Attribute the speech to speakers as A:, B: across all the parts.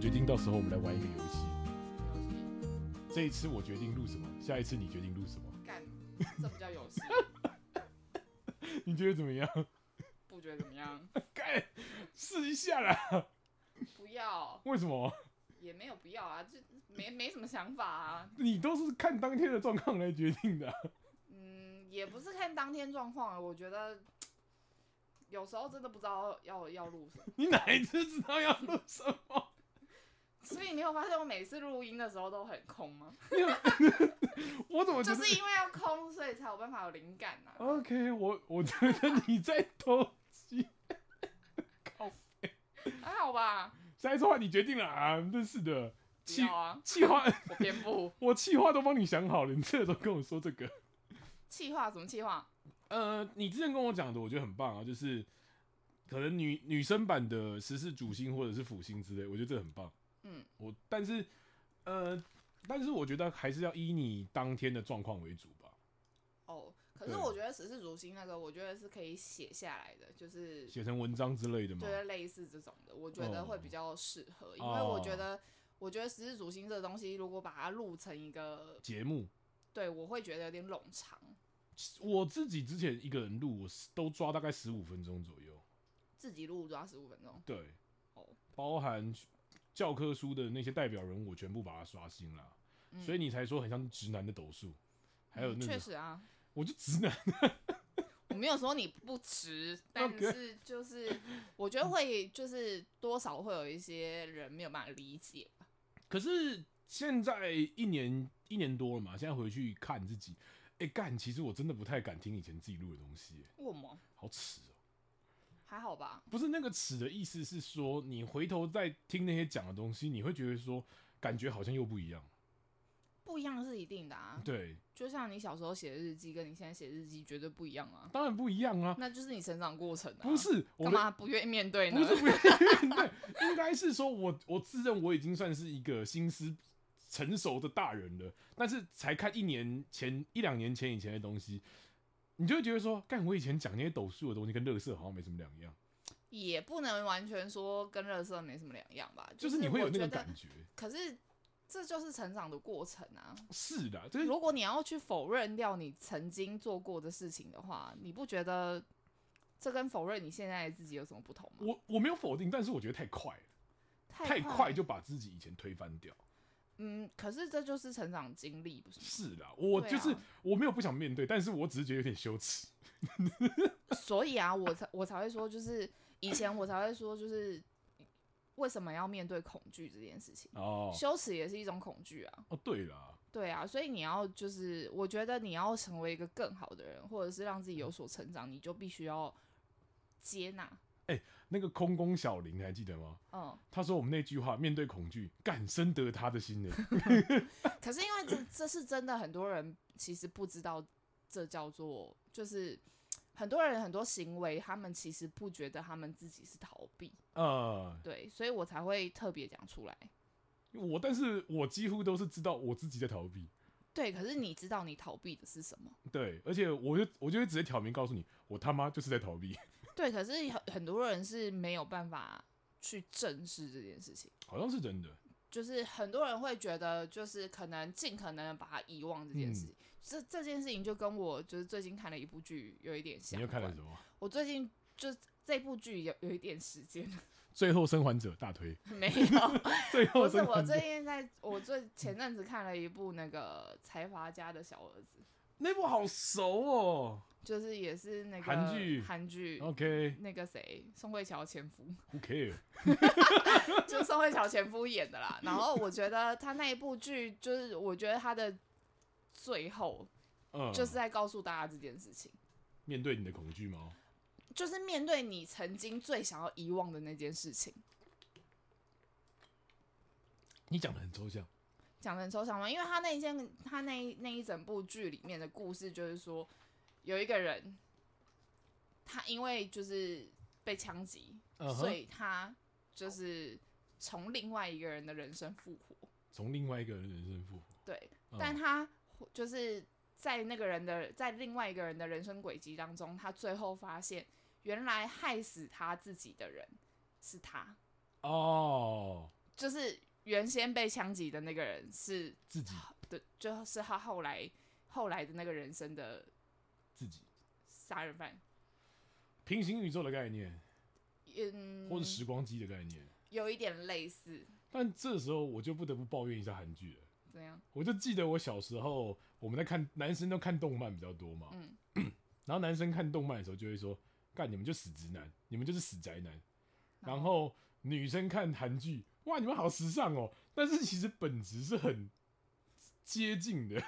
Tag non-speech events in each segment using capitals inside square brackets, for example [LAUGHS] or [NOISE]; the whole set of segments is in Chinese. A: 决定到时候我们来玩一个游戏。这一次我决定录什么，下一次你决定录什么，
B: 干，这不叫有戏，
A: [LAUGHS] 你觉得怎么样？
B: 不觉得怎么 [LAUGHS] 样？
A: [LAUGHS] 干，试一下啦。
B: 不要，
A: 为什么？
B: 也没有不要啊，就没没什么想法啊。
A: 你都是看当天的状况来决定 [LAUGHS] 的啊、
B: 嗯，也不是看当天状况啊，我觉得有时候真的不知道要要录什么。
A: 你哪一次知道要录什么？
B: 所以你有发现我每次录音的时候都很空吗？
A: 我怎么
B: 就
A: 觉得、
B: 是因为要空，所以才有办法有灵感呐、啊。
A: o k 我我觉得你在偷 [LAUGHS] 鸡。
B: 还啊好吧，
A: 下一次换你决定了啊！真是的，
B: 不
A: 气
B: 要啊，
A: 气话，
B: 我编不
A: [LAUGHS] 我气话都帮你想好了，你这都跟我说这个。
B: [LAUGHS] 气话什么气话？
A: 呃，你之前跟我讲的，我觉得很棒啊，就是可能女女生版的十四主星或者是辅星之类，我觉得这很棒。
B: 嗯，
A: 我但是呃，但是我觉得还是要依你当天的状况为主吧。
B: 哦，可是
A: 对
B: 我觉得十四主星那个，我觉得是可以写下来的，就是
A: 写成文章之类的嘛
B: 就。是类似这种的，我觉得会比较适合，因为
A: 哦
B: 我觉得，我觉得十字主星这个东西，如果把它录成一个，
A: 节目，
B: 对我会觉得有点冗长，
A: 我自己之前一个人录，我是都抓大概十五分钟左右。
B: 自己录抓十五分钟，
A: 对，
B: 哦
A: 包含教科书的那些代表人物，我全部把它刷新了，
B: 嗯
A: 所以你才说很像直男的抖数，还有
B: 嗯
A: 那
B: 确、
A: 个，
B: 实啊，
A: 我就直男，
B: 我没有说你不
A: [LAUGHS]
B: 值，但是就是我觉得会就是多少会有一些人没有办法理解，
A: 可是现在一年一年多了嘛，现在回去看自己，哎、干，其实我真的不太敢听以前自己录的东西、欸
B: 为什么？
A: 好耻哦、
B: 还好吧，
A: 不是那个耻的意思是说，你回头再听那些讲的东西，你会觉得说，感觉好像又不一样。
B: 不一样是一定的啊，
A: 对，
B: 就像你小时候写的日记跟你现在写日记绝对不一样啊，
A: 当然不一样啊。
B: 那就是你成长过程啊，
A: 不是我
B: 干
A: 的
B: 嘛不愿意面对呢？
A: 不是不 [LAUGHS] 愿意面对，应该是说我我自认我已经算是一个心思成熟的大人了，但是才看一年前一两年前以前的东西，你就会觉得说，干我以前讲那些抖数的东西跟乐色好像没什么两样，
B: 也不能完全说跟热色没什么两样吧，
A: 就是是你会有
B: 我
A: 那个
B: 觉得
A: 感觉。
B: 可是这就是成长的过程啊。
A: 是的，就是
B: 如果你要去否认掉你曾经做过的事情的话，你不觉得这跟否认你现在的自己有什么不同吗？
A: 我我没有否定，但是我觉得太快了，太快
B: 快，
A: 就把自己以前推翻掉。
B: 嗯，可是这就是成长经历，不是吗？
A: 是啦，我
B: 对啊
A: 就是、我没有不想面对，但是我只是觉得有点羞耻。
B: 所以啊，我才我才会说，就是以前我才会说，就是为什么要面对恐惧这件事情？
A: 哦
B: 羞耻也是一种恐惧啊。
A: 哦，对啦，
B: 对啊，所以你要就是，我觉得你要成为一个更好的人，或者是让自己有所成长，你就必须要接纳。
A: 那个空宫小林你还记得吗？
B: 嗯，
A: 他说我们那句话，面对恐惧，敢深得他的心呢。 [LAUGHS]
B: 可是因为这这是真的，很多人其实不知道这叫做，就是很多人很多行为，他们其实不觉得他们自己是逃避，
A: 呃，
B: 对，所以我才会特别讲出来。
A: 我但是我几乎都是知道我自己在逃避，
B: 对，可是你知道你逃避的是什么？
A: 对，而且我就我就会直接挑明告诉你，我他妈就是在逃避， [LAUGHS]
B: 对，可是很很多人是没有办法去正视这件事情。
A: 好像是真的。
B: 就是很多人会觉得，就是可能尽可能地把它遗忘这件事情。
A: 嗯
B: 这这件事情就跟我就是最近看了一部剧有一点
A: 你
B: 像。
A: 又看了什么？
B: 我最近就这部剧有有一点时间 [LAUGHS]
A: 最后生还者大推，
B: 没
A: [LAUGHS]
B: 有，
A: 最后
B: 不是
A: 生
B: 我
A: 还者
B: 最近在我最前阵子看了一部那个财阀家的小儿子，
A: 那部好熟哦。
B: 就是也是那个
A: 韩剧哦
B: 韩剧。
A: OK，Who、
B: 那个谁，宋慧乔前夫， [LAUGHS]
A: care？
B: 就是宋慧乔前夫演的啦。然后我觉得他那一部剧，就是我觉得他的最后
A: 嗯，
B: 就是在告诉大家这件事情，
A: 面对你的恐惧吗？
B: 就是面对你曾经最想要遗忘的那件事情。
A: 你讲的很抽象，
B: 讲的很抽象嘛，因为他那一件，他那一那一整部剧里面的故事就是说，有一个人，他因为就是被枪击
A: 嗯
B: 所
A: 哼，
B: 以他就是从另外一个人的人生复活。
A: 从另外一个人的人生复活。
B: 对，
A: 嗯
B: 但他就是在那个人的在另外一个人的人生轨迹当中，他最后发现，原来害死他自己的人是他。
A: 哦，
B: 就是原先被枪击的那个人是
A: 自己
B: 的，就是他后来后来的那个人生的
A: 自己
B: 杀人犯。
A: 平行宇宙的概念，
B: 嗯，
A: 或是时光机的概念。
B: 有一点类似，
A: 但这时候我就不得不抱怨一下韩剧了。
B: 怎样？
A: 我就记得我小时候，我们在看男生都看动漫比较多嘛，
B: 嗯，
A: [CLEARS THROAT] 然后男生看动漫的时候就会说：“干，你们就死直男，你们就是死宅男。”然
B: 然哦
A: 后女生看韩剧，哇，你们好时尚哦！但是其实本质是很接近的，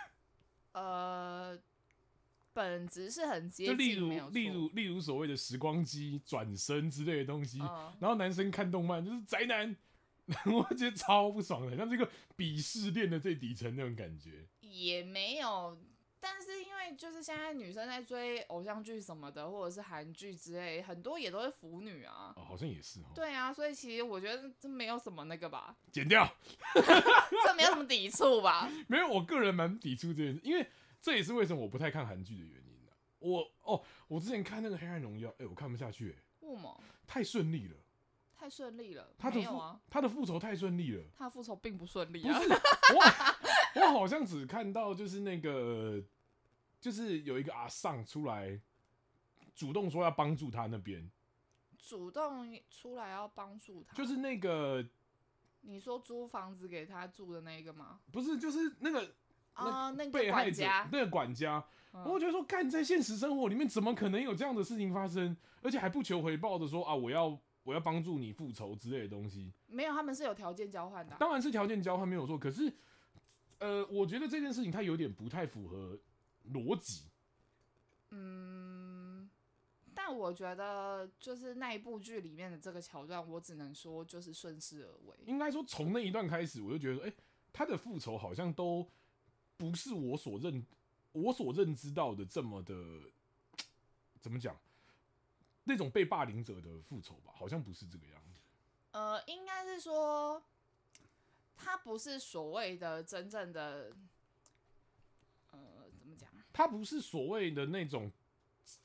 B: 呃，本质是很接
A: 就
B: 近，
A: 例如
B: 没有错
A: 例如例如所谓的时光机、转身之类的东西。
B: 嗯，
A: 然后男生看动漫就是宅男， [LAUGHS] 我觉得超不爽的，像这个鄙视链的最底层那种感觉。
B: 也没有。但是因为就是现在女生在追偶像剧什么的，或者是韩剧之类，很多也都是腐女啊。
A: 哦，好像也是哦。
B: 对啊，所以其实我觉得这没有什么那个吧，
A: 剪掉。
B: 这没有什么抵触吧。 [LAUGHS]
A: 没有，我个人蛮抵触这件事，因为这也是为什么我不太看韩剧的原因、啊、我哦，我之前看那个《黑暗荣耀》，哎、我看不下去、哎
B: 为什么？
A: 太顺利了，
B: 太顺利了，
A: 他的
B: 没有
A: 复、
B: 啊，哎
A: 他的复仇太顺利了，
B: 他的复仇并不顺利
A: 不
B: 啊。
A: 是我我好像只看到就是那个就是有一个阿尚出来主动说要帮助他那边，
B: 主动出来要帮助他，
A: 就是那个
B: 你说租房子给他住的那个吗？
A: 不是就是那个
B: 啊、那个
A: 被害
B: 管
A: 者
B: 家，
A: 那个管家，
B: 嗯
A: 我觉得说，干在现实生活里面怎么可能有这样的事情发生，而且还不求回报的说啊，我要我要帮助你复仇之类的东西，
B: 没有，他们是有条件交换的啊、
A: 当然是条件交换没有错，可是呃，我觉得这件事情它有点不太符合逻辑，
B: 嗯，但我觉得就是那一部剧里面的这个桥段，我只能说就是顺势而为。
A: 应该说从那一段开始，我就觉得，哎、他的复仇好像都不是我所认我所认知到的这么的，怎么讲？那种被霸凌者的复仇吧，好像不是这个样子。
B: 呃，应该是说，他不是所谓的真正的，呃，怎么讲？
A: 它不是所谓的那种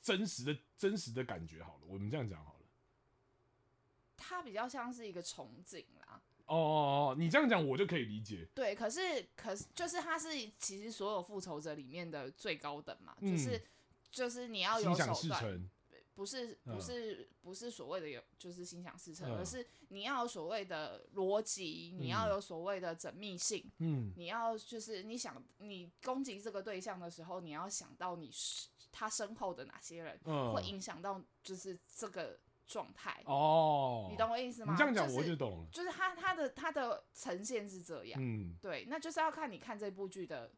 A: 真实的真实的感觉。好了，我们这样讲好了。
B: 他比较像是一个憧憬啦。
A: 哦哦哦，你这样讲我就可以理解。
B: 对，可是可是就是他是其实所有复仇者里面的最高等嘛，
A: 嗯
B: 就是就是你要有
A: 心
B: 手
A: 想事
B: 段，
A: 成，
B: 不是
A: 嗯
B: 不是、不是所谓的有就是心想事成，
A: 嗯
B: 而是你要有所谓的逻辑，你要有所谓的缜密性，
A: 嗯，
B: 你要就是你想你攻击这个对象的时候，你要想到你是他身后的哪些人、
A: 嗯
B: 会影响到就是这个状态，
A: 哦，
B: 你懂我意思吗？
A: 你这样讲
B: 就
A: 我
B: 是
A: 就懂了。
B: 就是他他的他的呈现是这样，
A: 嗯，
B: 对，那就是要看你看这部剧的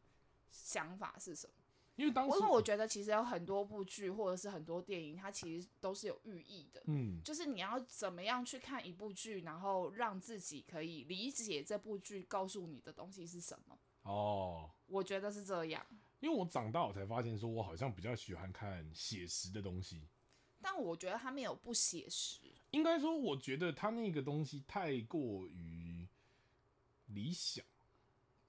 B: 想法是什么。
A: 因为当时
B: 因为我觉得其实有很多部剧或者是很多电影，它其实都是有寓意的。
A: 嗯
B: 就是你要怎么样去看一部剧，然后让自己可以理解这部剧告诉你的东西是什么。
A: 哦，
B: 我觉得是这样，
A: 因为我长大我才发现，说我好像比较喜欢看写实的东西。
B: 但我觉得他们有不写实。
A: 应该说，我觉得他那个东西太过于理想，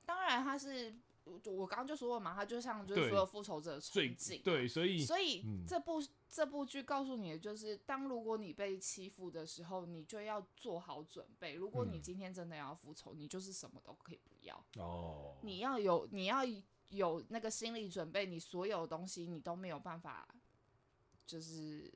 B: 当然，他是我我刚刚就说了嘛，他就像就是
A: 对
B: 所有复仇者的
A: 最
B: 憧憬。
A: 对，所以
B: 所以
A: 嗯
B: 这部、这部剧告诉你的就是，当如果你被欺负的时候，你就要做好准备。如果你
A: 嗯
B: 今天真的要复仇，你就是什么都可以不要，
A: 哦，
B: 你要有你要有那个心理准备，你所有东西你都没有办法，就是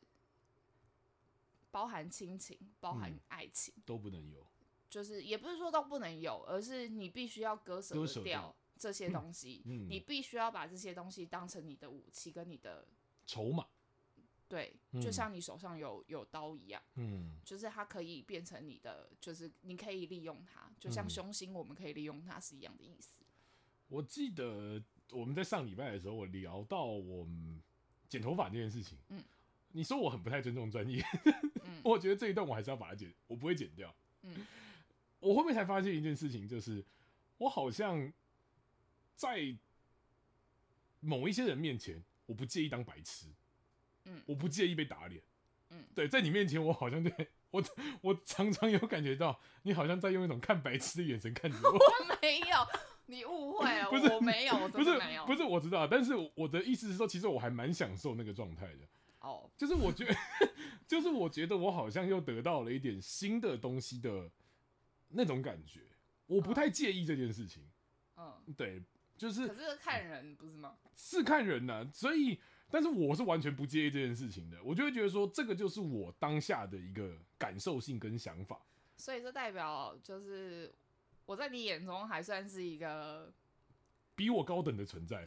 B: 包含亲情，包含
A: 嗯
B: 爱情，
A: 都不能有。
B: 就是也不是说都不能有，而是你必须要割舍
A: 割
B: 得
A: 舍
B: 掉
A: 掉
B: 这些东西，
A: 嗯，
B: 你必须要把这些东西当成你的武器跟你的。
A: 筹码，
B: 对，
A: 嗯
B: 就像你手上有有刀一样，
A: 嗯，
B: 就是它可以变成你的，就是你可以利用它，就像
A: 嗯
B: 凶星我们可以利用它是一样的意思。
A: 我记得我们在上礼拜的时候，我聊到我们剪头发这件事情。
B: 嗯，
A: 你说我很不太尊重专业， [LAUGHS]
B: 嗯
A: 我觉得这一段我还是要把它剪，我不会剪掉。
B: 嗯，
A: 我后面才发现一件事情，就是我好像在某一些人面前，我不介意当白痴，
B: 嗯
A: 我不介意被打脸，
B: 嗯
A: 对，在你面前我好像对 [LAUGHS] 我我常常有感觉到你好像在用一种看白痴的眼神看着我。
B: 没有，你误会了，
A: 不是
B: 我没有，我
A: 不
B: 真
A: 是
B: 的没有。
A: 不是，我知道，但是我的意思是说，其实我还蛮享受那个状态的，
B: 哦，
A: 就是我 [LAUGHS] 觉就是我觉得我好像又得到了一点新的东西的那种感觉，我不太介意这件事情。
B: 嗯，
A: 对，就是
B: 可是看人不是吗？
A: 是看人呐、所以，但是我是完全不介意这件事情的，我就会觉得说，这个就是我当下的一个感受性跟想法。
B: 所以这代表就是我在你眼中还算是一个， [LAUGHS]
A: 比我高等的存在，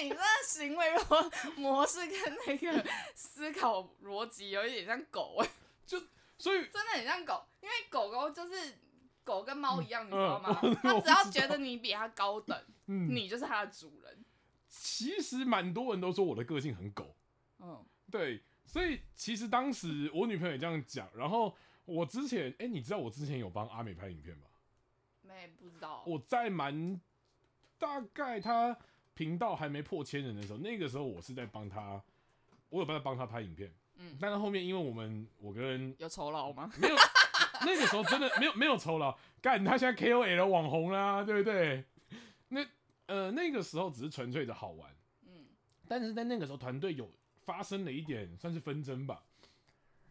B: 你这个行为模模式跟那个思考逻辑有一点像狗，
A: 所以
B: 真的很像狗，因为狗狗就是狗跟猫一样，你知道吗？
A: 嗯
B: 它
A: 我
B: 只要觉得你比它高等，
A: 嗯，
B: 你就是它的主人。
A: 其实蛮多人都说我的个性很狗，
B: 嗯，
A: 对，所以其实当时我女朋友也这样讲，然后我之前，哎、你知道我之前有帮阿美拍影片吧？
B: 没不知道。
A: 我在蛮大概她频道还没破千人的时候，那个时候我是在帮她，我有帮她帮她拍影片，
B: 嗯，
A: 但是后面因为我们我跟
B: 有酬劳吗？
A: 没有那个时候真的没有没有酬劳，干他现在 KOL 网红啦、对不对？那呃那个时候只是纯粹的好玩，
B: 嗯
A: 但是在那个时候，团队有发生了一点算是纷争吧。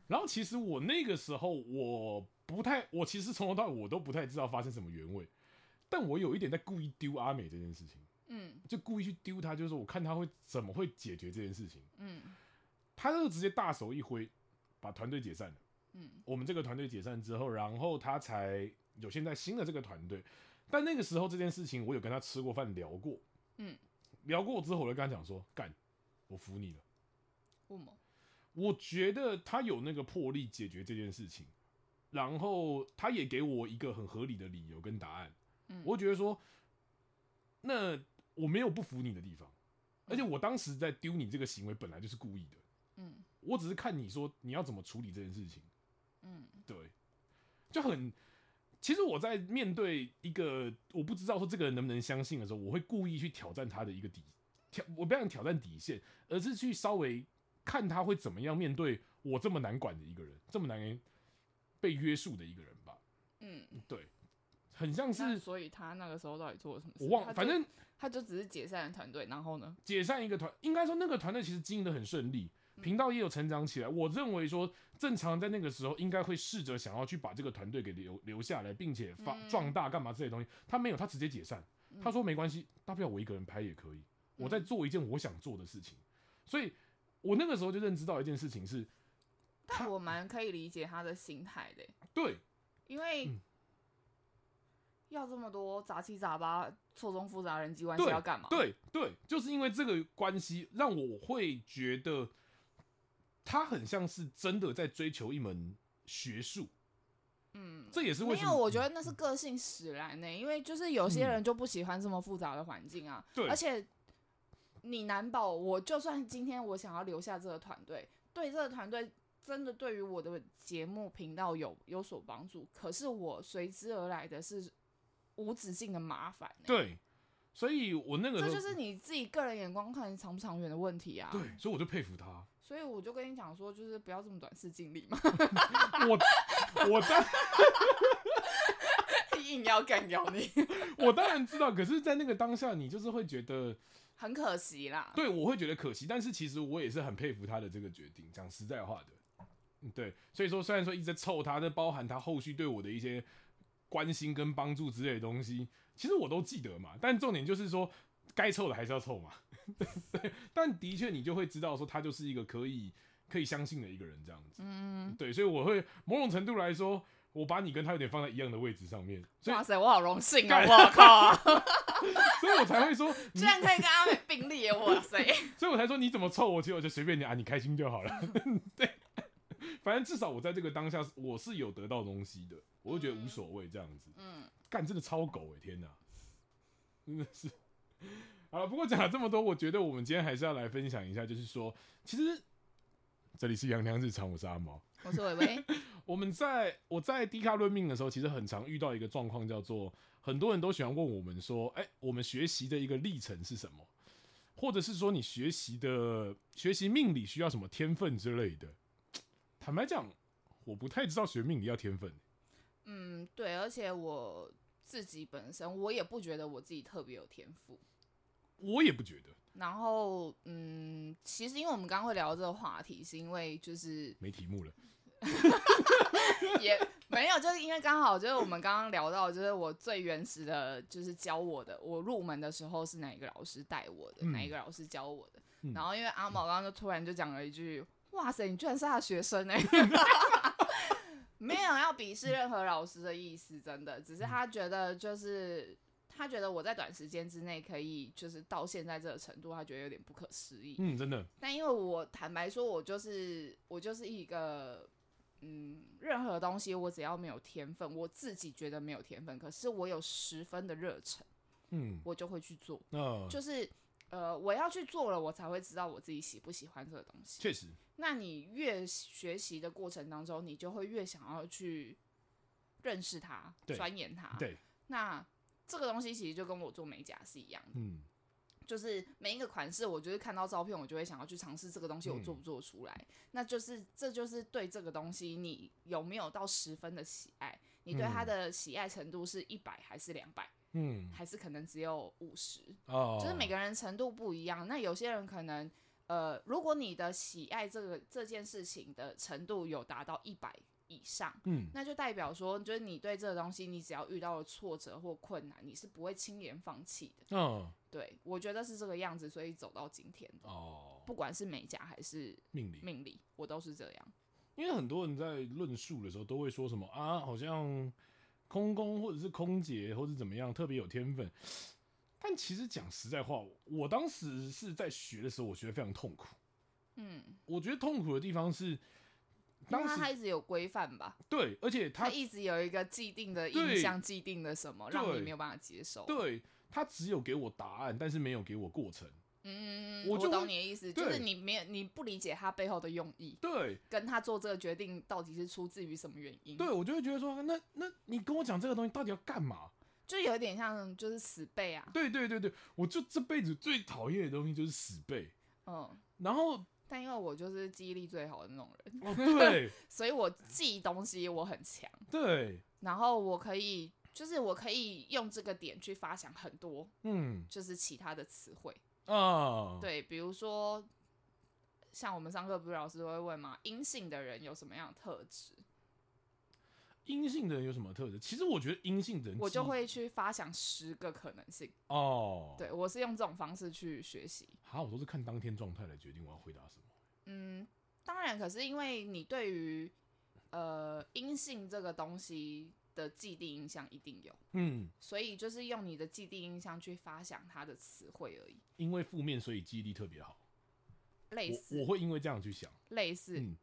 A: 然后其实我那个时候我不太，我其实从头到尾我都不太知道发生什么原委，但我有一点在故意丢阿美这件事情，
B: 嗯
A: 就故意去丢她，就是说我看她会怎么会解决这件事情。
B: 嗯
A: 她就直接大手一挥，把团队解散了。
B: 嗯
A: 我们这个团队解散之后，然后她才有现在新的这个团队。但那个时候这件事情，我有跟她吃过饭聊过，
B: 嗯，
A: 聊过之后，我就跟她讲说，干，我服你了。
B: 不嘛，
A: 我觉得他有那个魄力解决这件事情，然后他也给我一个很合理的理由跟答案。
B: 嗯，
A: 我觉得说，那我没有不服你的地方，而且我当时在丢你这个行为本来就是故意的，
B: 嗯
A: 我只是看你说你要怎么处理这件事情。
B: 嗯
A: 对，就很。其实我在面对一个我不知道说这个人能不能相信的时候，我会故意去挑战他的一个底挑，我不要讲挑战底线，而是去稍微看他会怎么样面对我这么难管的一个人，这么难被约束的一个人吧。
B: 嗯，
A: 对，很像
B: 那
A: 是
B: 所以他那个时候到底做了什么事？
A: 我忘
B: 他
A: 了，
B: 就
A: 反正
B: 他就只是解散了团队，然后呢？
A: 解散一个团，应该说那个团队其实经营的很顺利，
B: 嗯
A: 频道也有成长起来。我认为说，正常在那个时候应该会试着想要去把这个团队给留留下来，并且发
B: 嗯
A: 壮大干嘛这些东西，他没有，他直接解散。他说没关系，大不了我一个人拍也可
B: 嗯
A: 以，我在做一件我想做的事情。所以我那个时候就认知到一件事情是，
B: 但我蛮可以理解他的心态的，
A: 对
B: 因为
A: 嗯
B: 要这么多杂七杂八、错综复杂人际关系
A: 对
B: 要干嘛？，
A: 对对，就是因为这个关系，让我会觉得他很像是真的在追求一门学术。
B: 嗯，
A: 这也是为
B: 没
A: 什
B: 有，
A: 么嗯
B: 我觉得那是个性使然呢、因为就是有些人就不喜欢这么复杂的环境啊，
A: 对
B: 而且你难保我就算今天我想要留下这个团队，对这个团队真的对于我的节目频道有有所帮助，可是我随之而来的是无止境的麻烦、欸，，
A: 对，所以我那个时
B: 这
A: 候
B: 就是你自己个人眼光看长不长远的问题啊，
A: 对，所以我就佩服他。
B: 所以我就跟你讲说，就是不要这么短视尽力嘛， [LAUGHS]
A: 我我当
B: 硬要干掉你，
A: 我当然知道，可是，在那个当下，你就是会觉得，
B: 很可惜啦，
A: 对我会觉得可惜。但是其实我也是很佩服他的这个决定，讲实在话的，嗯对。所以说，虽然说一直在臭他，但包含他后续对我的一些关心跟帮助之类的东西，其实我都记得嘛。但重点就是说，该臭的还是要臭嘛。 [LAUGHS] 对，但的确你就会知道说，他就是一个可以可以相信的一个人这样子。
B: 嗯。
A: 对，所以我会某种程度来说，我把你跟他有点放在一样的位置上面，所以
B: 哇塞，我好荣幸啊！
A: 干
B: 我
A: [LAUGHS]
B: 靠，
A: 所以我才会
B: [LAUGHS]
A: 说你
B: 居，然可以跟阿美并列，哇 [LAUGHS] 塞！
A: 所以我才说你怎么凑我，其实我就随便你啊，你开心就好了。 [LAUGHS] 对，反正至少我在这个当下是我是有得到东西的，我就觉得无所谓这样子。
B: 嗯，
A: 干真的超狗哎、天哪，真的是。好了，不过讲了这么多，我觉得我们今天还是要来分享一下，就是说，其实这里是洋娘日常，我是阿毛。
B: 我是伟伟，
A: 我们在我在低卡论命的时候，其实很常遇到一个状况，叫做很多人都喜欢问我们说，哎、我们学习的一个历程是什么，或者是说你学习的学习命理需要什么天分之类的。坦白讲，我不太知道学命理要天分。
B: 嗯，对，而且我自己本身我也不觉得我自己特别有天赋。
A: 我也不觉得
B: 然后，嗯，其实因为我们刚刚会聊这个话题，是因为就是
A: 没题目了，
B: [LAUGHS] 也没有，就是因为刚好就是我们刚刚聊到，就是我最原始的，就是教我的，我入门的时候是哪一个老师带我的，
A: 嗯
B: 哪一个老师教我的。
A: 嗯
B: 然后因为阿毛刚刚就突然就讲了一句：“哇塞，你居然是他的学
A: [LAUGHS]
B: 生哎、没有要鄙视任何老师的意思，真的，只是他觉得就是他觉得我在短时间之内可以就是到现在这个程度，他觉得有点不可思议。
A: 嗯，真的，
B: 但因为我坦白说，我就是我就是一个，嗯，任何东西我只要没有天分，我自己觉得没有天分，可是我有十分的热忱，
A: 嗯，啊
B: 我就会去做。
A: 那
B: 就是呃，我要去做了，我才会知道我自己喜不喜欢这个东西。
A: 确实，
B: 那你越学习的过程当中，你就会越想要去认识它、
A: 对
B: 钻研它。
A: 对，
B: 那这个东西其实就跟我做美甲是一样的。
A: 嗯，
B: 就是每一个款式，我就是看到照片，我就会想要去尝试这个东西，
A: 嗯
B: 我做不做得出来？那就是这就是对这个东西你有没有到十分的喜爱？你对它
A: 嗯
B: 的喜爱程度是一百还是两百，
A: 嗯，
B: 还是可能只有五十？
A: 哦，
B: 就是每个人程度不一样。那有些人可能，呃，如果你的喜爱这个这件事情的程度有达到一百以上，
A: 嗯，
B: 那就代表说，就是你对这个东西，你只要遇到了挫折或困难，你是不会轻言放弃的。
A: 嗯，
B: 对，我觉得是这个样子，所以走到今天的，
A: 哦，
B: 不管是美甲还是
A: 命理，
B: 命理，我都是这样。
A: 因为很多人在论述的时候都会说什么啊，好像空工或者是空姐或者怎么样特别有天分，但其实讲实在话，我当时是在学的时候，我觉得非常痛苦。
B: 嗯，
A: 我觉得痛苦的地方是，
B: 因为
A: 当
B: 他
A: 时
B: 一直有规范吧，
A: 对，而且
B: 他
A: 他
B: 一直有一个既定的印
A: 对
B: 象、既定的什么，让你
A: 对
B: 没有办法接受。，
A: 对他只有给我答案，但是没有给我过程。
B: 嗯，
A: 我
B: 我
A: 就
B: 懂
A: 会
B: 你的意思，就是
A: 对
B: 你没有你不理解他背后的用意，
A: 对，
B: 跟他做这个决定到底是出自于什么原因。
A: 对，我就会觉得说，那那你跟我讲这个东西到底要干嘛？
B: 就有点像就是死背啊，
A: 对对对对，我就这辈子最讨厌的东西就是死背。
B: 嗯。
A: 然后
B: 但因为我就是记忆力最好的那种
A: [LAUGHS]
B: 人，
A: 哦，对
B: 所以我记东西我很强。
A: 对，
B: 然后我可以，就是我可以用这个点去发想很多，
A: 嗯
B: 就是其他的词汇。
A: 啊，
B: 对，比如说，像我们上课不是老师都会问嘛，阴性的人有什么样的特质？
A: 阴性的人有什么特质？其实我觉得阴性的人
B: 我就
A: 基
B: 会去发想十个可能性。
A: 哦，，
B: 对我是用这种方式去学习。
A: 好，我都是看当天状态来决定我要回答什么。
B: 嗯，当然，可是因为你对于呃阴性这个东西的既定印象一定有，
A: 嗯，
B: 所以就是用你的既定印象去发想它的词汇而已。
A: 因为负面所以记忆力特别好，
B: 类
A: 我我
B: 似，
A: 会因为这样去想，
B: 类似，
A: 嗯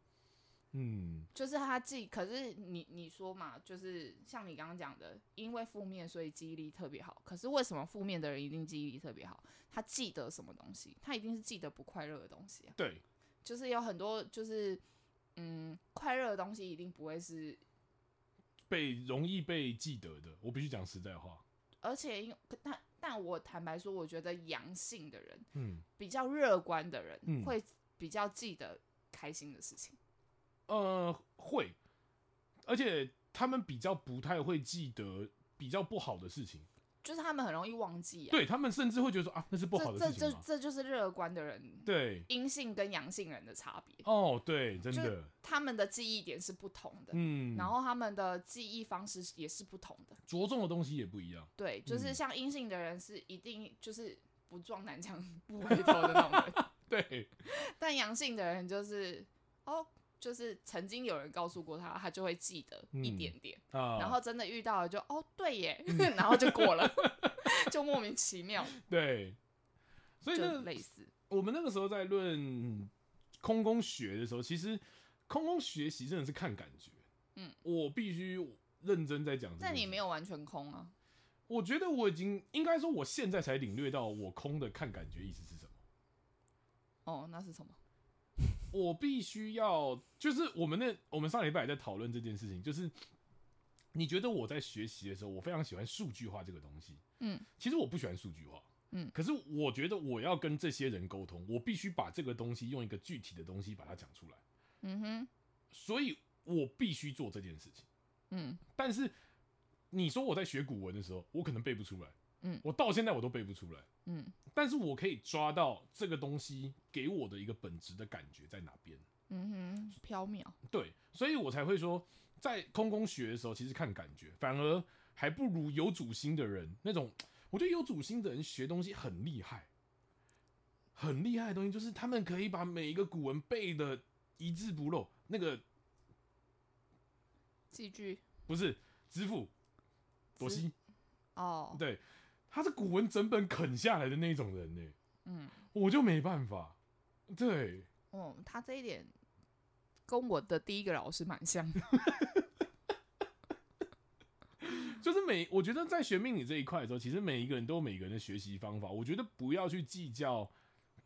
A: 嗯
B: 就是他记，可是你你说嘛，就是像你刚刚讲的，因为负面所以记忆力特别好。可是为什么负面的人一定记忆力特别好？他记得什么东西？他一定是记得不快乐的东西啊。
A: 对，
B: 就是有很多就是嗯，快乐的东西一定不会是，
A: 被容易被记得的，我必须讲实在话，
B: 而且因可但但我坦白说，我觉得阳性的人
A: 嗯
B: 比较乐观的人、
A: 嗯
B: 会比较记得开心的事情。
A: 呃会，而且他们比较不太会记得比较不好的事情，
B: 就是他们很容易忘记啊，
A: 对他们甚至会觉得说啊那是不好的
B: 这这
A: 事情
B: 这
A: 吗？
B: 这就是乐观的人
A: 对，
B: 阴性跟阳性人的差别，
A: 哦对，真
B: 就是
A: 的，
B: 他们的记忆点是不同的，
A: 嗯，
B: 然后他们的记忆方式也是不同的。
A: 着重的东西也不一样。
B: 对，就是
A: 嗯
B: 像阴性的人是一定就是不撞南墙 [LAUGHS]
A: [LAUGHS]
B: 不回头的那种人，
A: 对，
B: 但阳性的人就是哦，就是曾经有人告诉过他，他就会记得一
A: 嗯
B: 点点，
A: [LAUGHS] 啊，
B: 然后真的遇到了就哦对耶， [LAUGHS] 然后就过
A: [LAUGHS]
B: 了，就莫名其妙，
A: 对，所以
B: 就
A: 那嗯
B: 类似，
A: 我们那个时候在论空工学的时候，其实空工学习真的是看感觉。
B: 嗯，
A: 我必须认真在讲。
B: 但你没
A: 有，
B: 有完全空啊。
A: 我觉得我已经应该说，我现在才领略到我空的看感觉意思是什么。
B: 哦，那是什么？
A: 我必须要，就是我们那我们上礼拜也在讨论这件事情，就是你觉得我在学习的时候，我非常喜欢数据化这个东西。
B: 嗯，
A: 其实我不喜欢数据化，
B: 嗯
A: 可是我觉得我要跟这些人沟通，我必须把这个东西用一个具体的东西把它讲出来，
B: 嗯哼，
A: 所以我必须做这件事情。
B: 嗯
A: 但是你说我在学古文的时候，我可能背不出来，
B: 嗯
A: 我到现在我都背不出来，
B: 嗯
A: 但是我可以抓到这个东西给我的一个本质的感觉在哪边。
B: 嗯哼，缥缈，
A: 对，所以我才会说，在空空学的时候，其实看感觉，反而还不如有主心的人那种。我觉得有主心的人学东西很厉害，很厉害的东西就是他们可以把每一个古文背的一字不漏。那个
B: 戏剧
A: 不是知府朵
B: 知
A: 西，
B: 哦，
A: 对，他是古文整本啃下来的那种人呢、
B: 嗯，
A: 我就没办法。对，
B: 哦，他这一点跟我的第一个老师蛮像的，
A: 就是每我觉得在学命理这一块的时候，其实每一个人都有每一个人的学习方法。我觉得不要去计较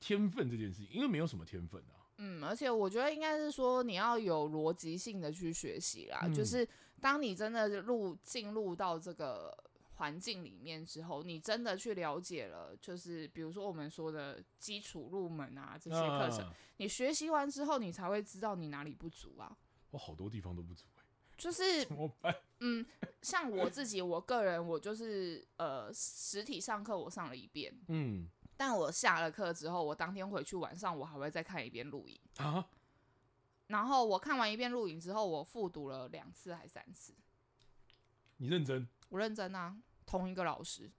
A: 天分这件事情，因为没有什么天分啊。
B: 嗯，而且我觉得应该是说你要有逻辑性的去学习啦，就
A: 嗯
B: 是当你真的入进入到这个环境里面之后，你真的去了解了，就是比如说我们说的基础入门啊这些课程，
A: 啊
B: 你学习完之后，你才会知道你哪里不足啊，
A: 我好多地方都不足、欸，
B: 就是
A: 怎么办？
B: 嗯，像我自己，我个人我就是呃，实体上课我上了一遍，
A: 嗯
B: 但我下了课之后，我当天回去晚上我还会再看一遍录影，
A: 啊，
B: 然后我看完一遍录影之后，我复读了两次还三次，
A: 你认真？
B: 我认真啊，同一个老师，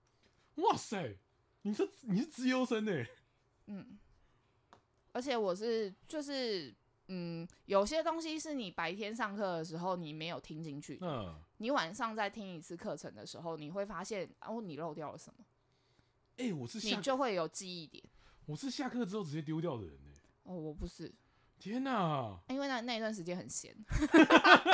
A: 哇塞，你这你是资优生哎、
B: 嗯，而且我是就是嗯，有些东西是你白天上课的时候你没有听进去的，
A: 嗯，
B: 你晚上再听一次课程的时候，你会发现哦，你漏掉了什么，
A: 哎、我是
B: 你
A: 下
B: 就会有记忆点。
A: 我是下课之后直接丢掉的人哎、
B: 哦，我不是，
A: 天哪、
B: 因为那那一段时间很闲， [LAUGHS]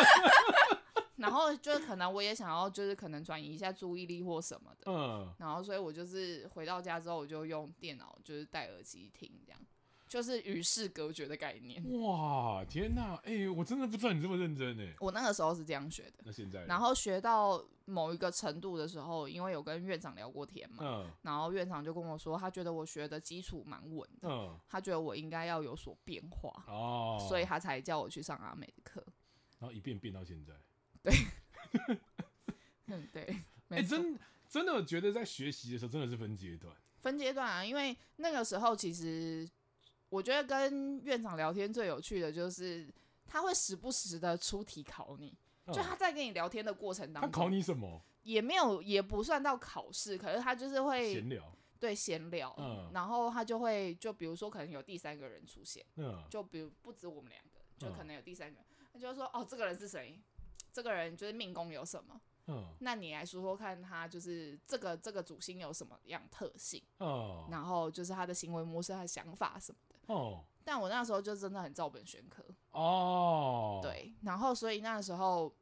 B: 然后就可能我也想要，就是可能转移一下注意力或什么的，
A: 嗯，
B: 然后所以我就是回到家之后，我就用电脑就是戴耳机听，这样就是与世隔绝的概念。
A: 哇，天哪、哎、我真的不知道你这么认真哎、
B: 我那个时候是这样学的，
A: 那现在呢，
B: 然后学到某一个程度的时候，因为有跟院长聊过天嘛，
A: 嗯
B: 然后院长就跟我说，他觉得我学的基础蛮稳的，
A: 嗯
B: 他觉得我应该要有所变化，
A: 哦，
B: 所以他才叫我去上阿美的课。
A: 然后一遍遍到现在。
B: 嗯，对，
A: 哎、
B: [LAUGHS] 没错。
A: 真真的觉得在学习的时候真的是分阶段，
B: 分阶段啊，因为那个时候其实我觉得跟院长聊天最有趣的就是他会时不时的出题考你，
A: 嗯
B: 就他在跟你聊天的过程
A: 他
B: 当
A: 考
B: 中，
A: 你什么？
B: 也没有也不算到考试，可是他就是会
A: 闲聊，
B: 对闲聊，
A: 嗯
B: 然后他就会就比如说可能有第三个人出现，
A: 嗯
B: 就比如不止我们两个，就可
A: 嗯
B: 能有第三个人，他就会说哦这个人是谁，这个人就是命宫有什么，
A: 嗯
B: 那你来说说看他就是这个这个主星有什么样特性。
A: 哦
B: 然后就是他的行为模式、他的想法什么的。
A: 哦
B: 但我那时候就真的很照本宣科，
A: 哦，，
B: 对。然后所以那时候，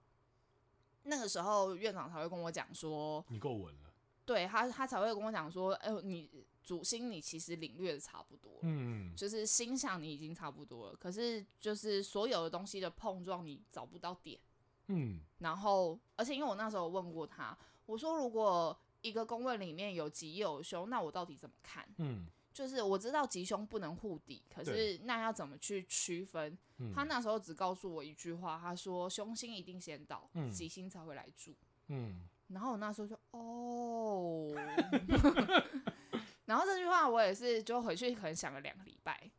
B: 那个时候院长才会跟我讲说，
A: 你够稳了，
B: 对他他才会跟我讲说，哎、呦，你主星你其实领略的差不多了。
A: 嗯
B: 就是星象你已经差不多了，可是就是所有的东西的碰撞你找不到点，
A: 嗯
B: 然后而且因为我那时候问过他，我说如果一个宫位里面有吉又有凶，那我到底怎么看？
A: 嗯
B: 就是我知道吉凶不能互抵，可
A: 对
B: 是那要怎么去区分？
A: 嗯，
B: 他那时候只告诉我一句话，他说凶星一定先到
A: 嗯，
B: 吉星才会来住。
A: 嗯
B: 然后我那时候就哦，
A: [LAUGHS]
B: 然后这句话我也是就回去可能想了两个礼拜，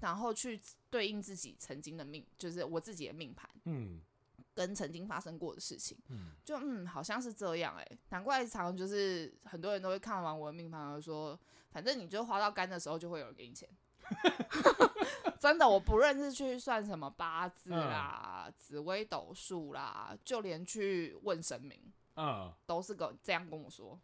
B: 然后去对应自己曾经的命，就是我自己的命盘
A: 嗯
B: 跟曾经发生过的事情，
A: 嗯
B: 就嗯好像是这样哎、难怪常常就是很多人都会看完我的命盘，就说反正你就花到干的时候就会有人给你钱。 [LAUGHS] 真的，我不认识去算什么八字
A: 嗯
B: 啦、紫微斗数啦，就连去问神明，
A: 啊，
B: 都是跟这样跟我说，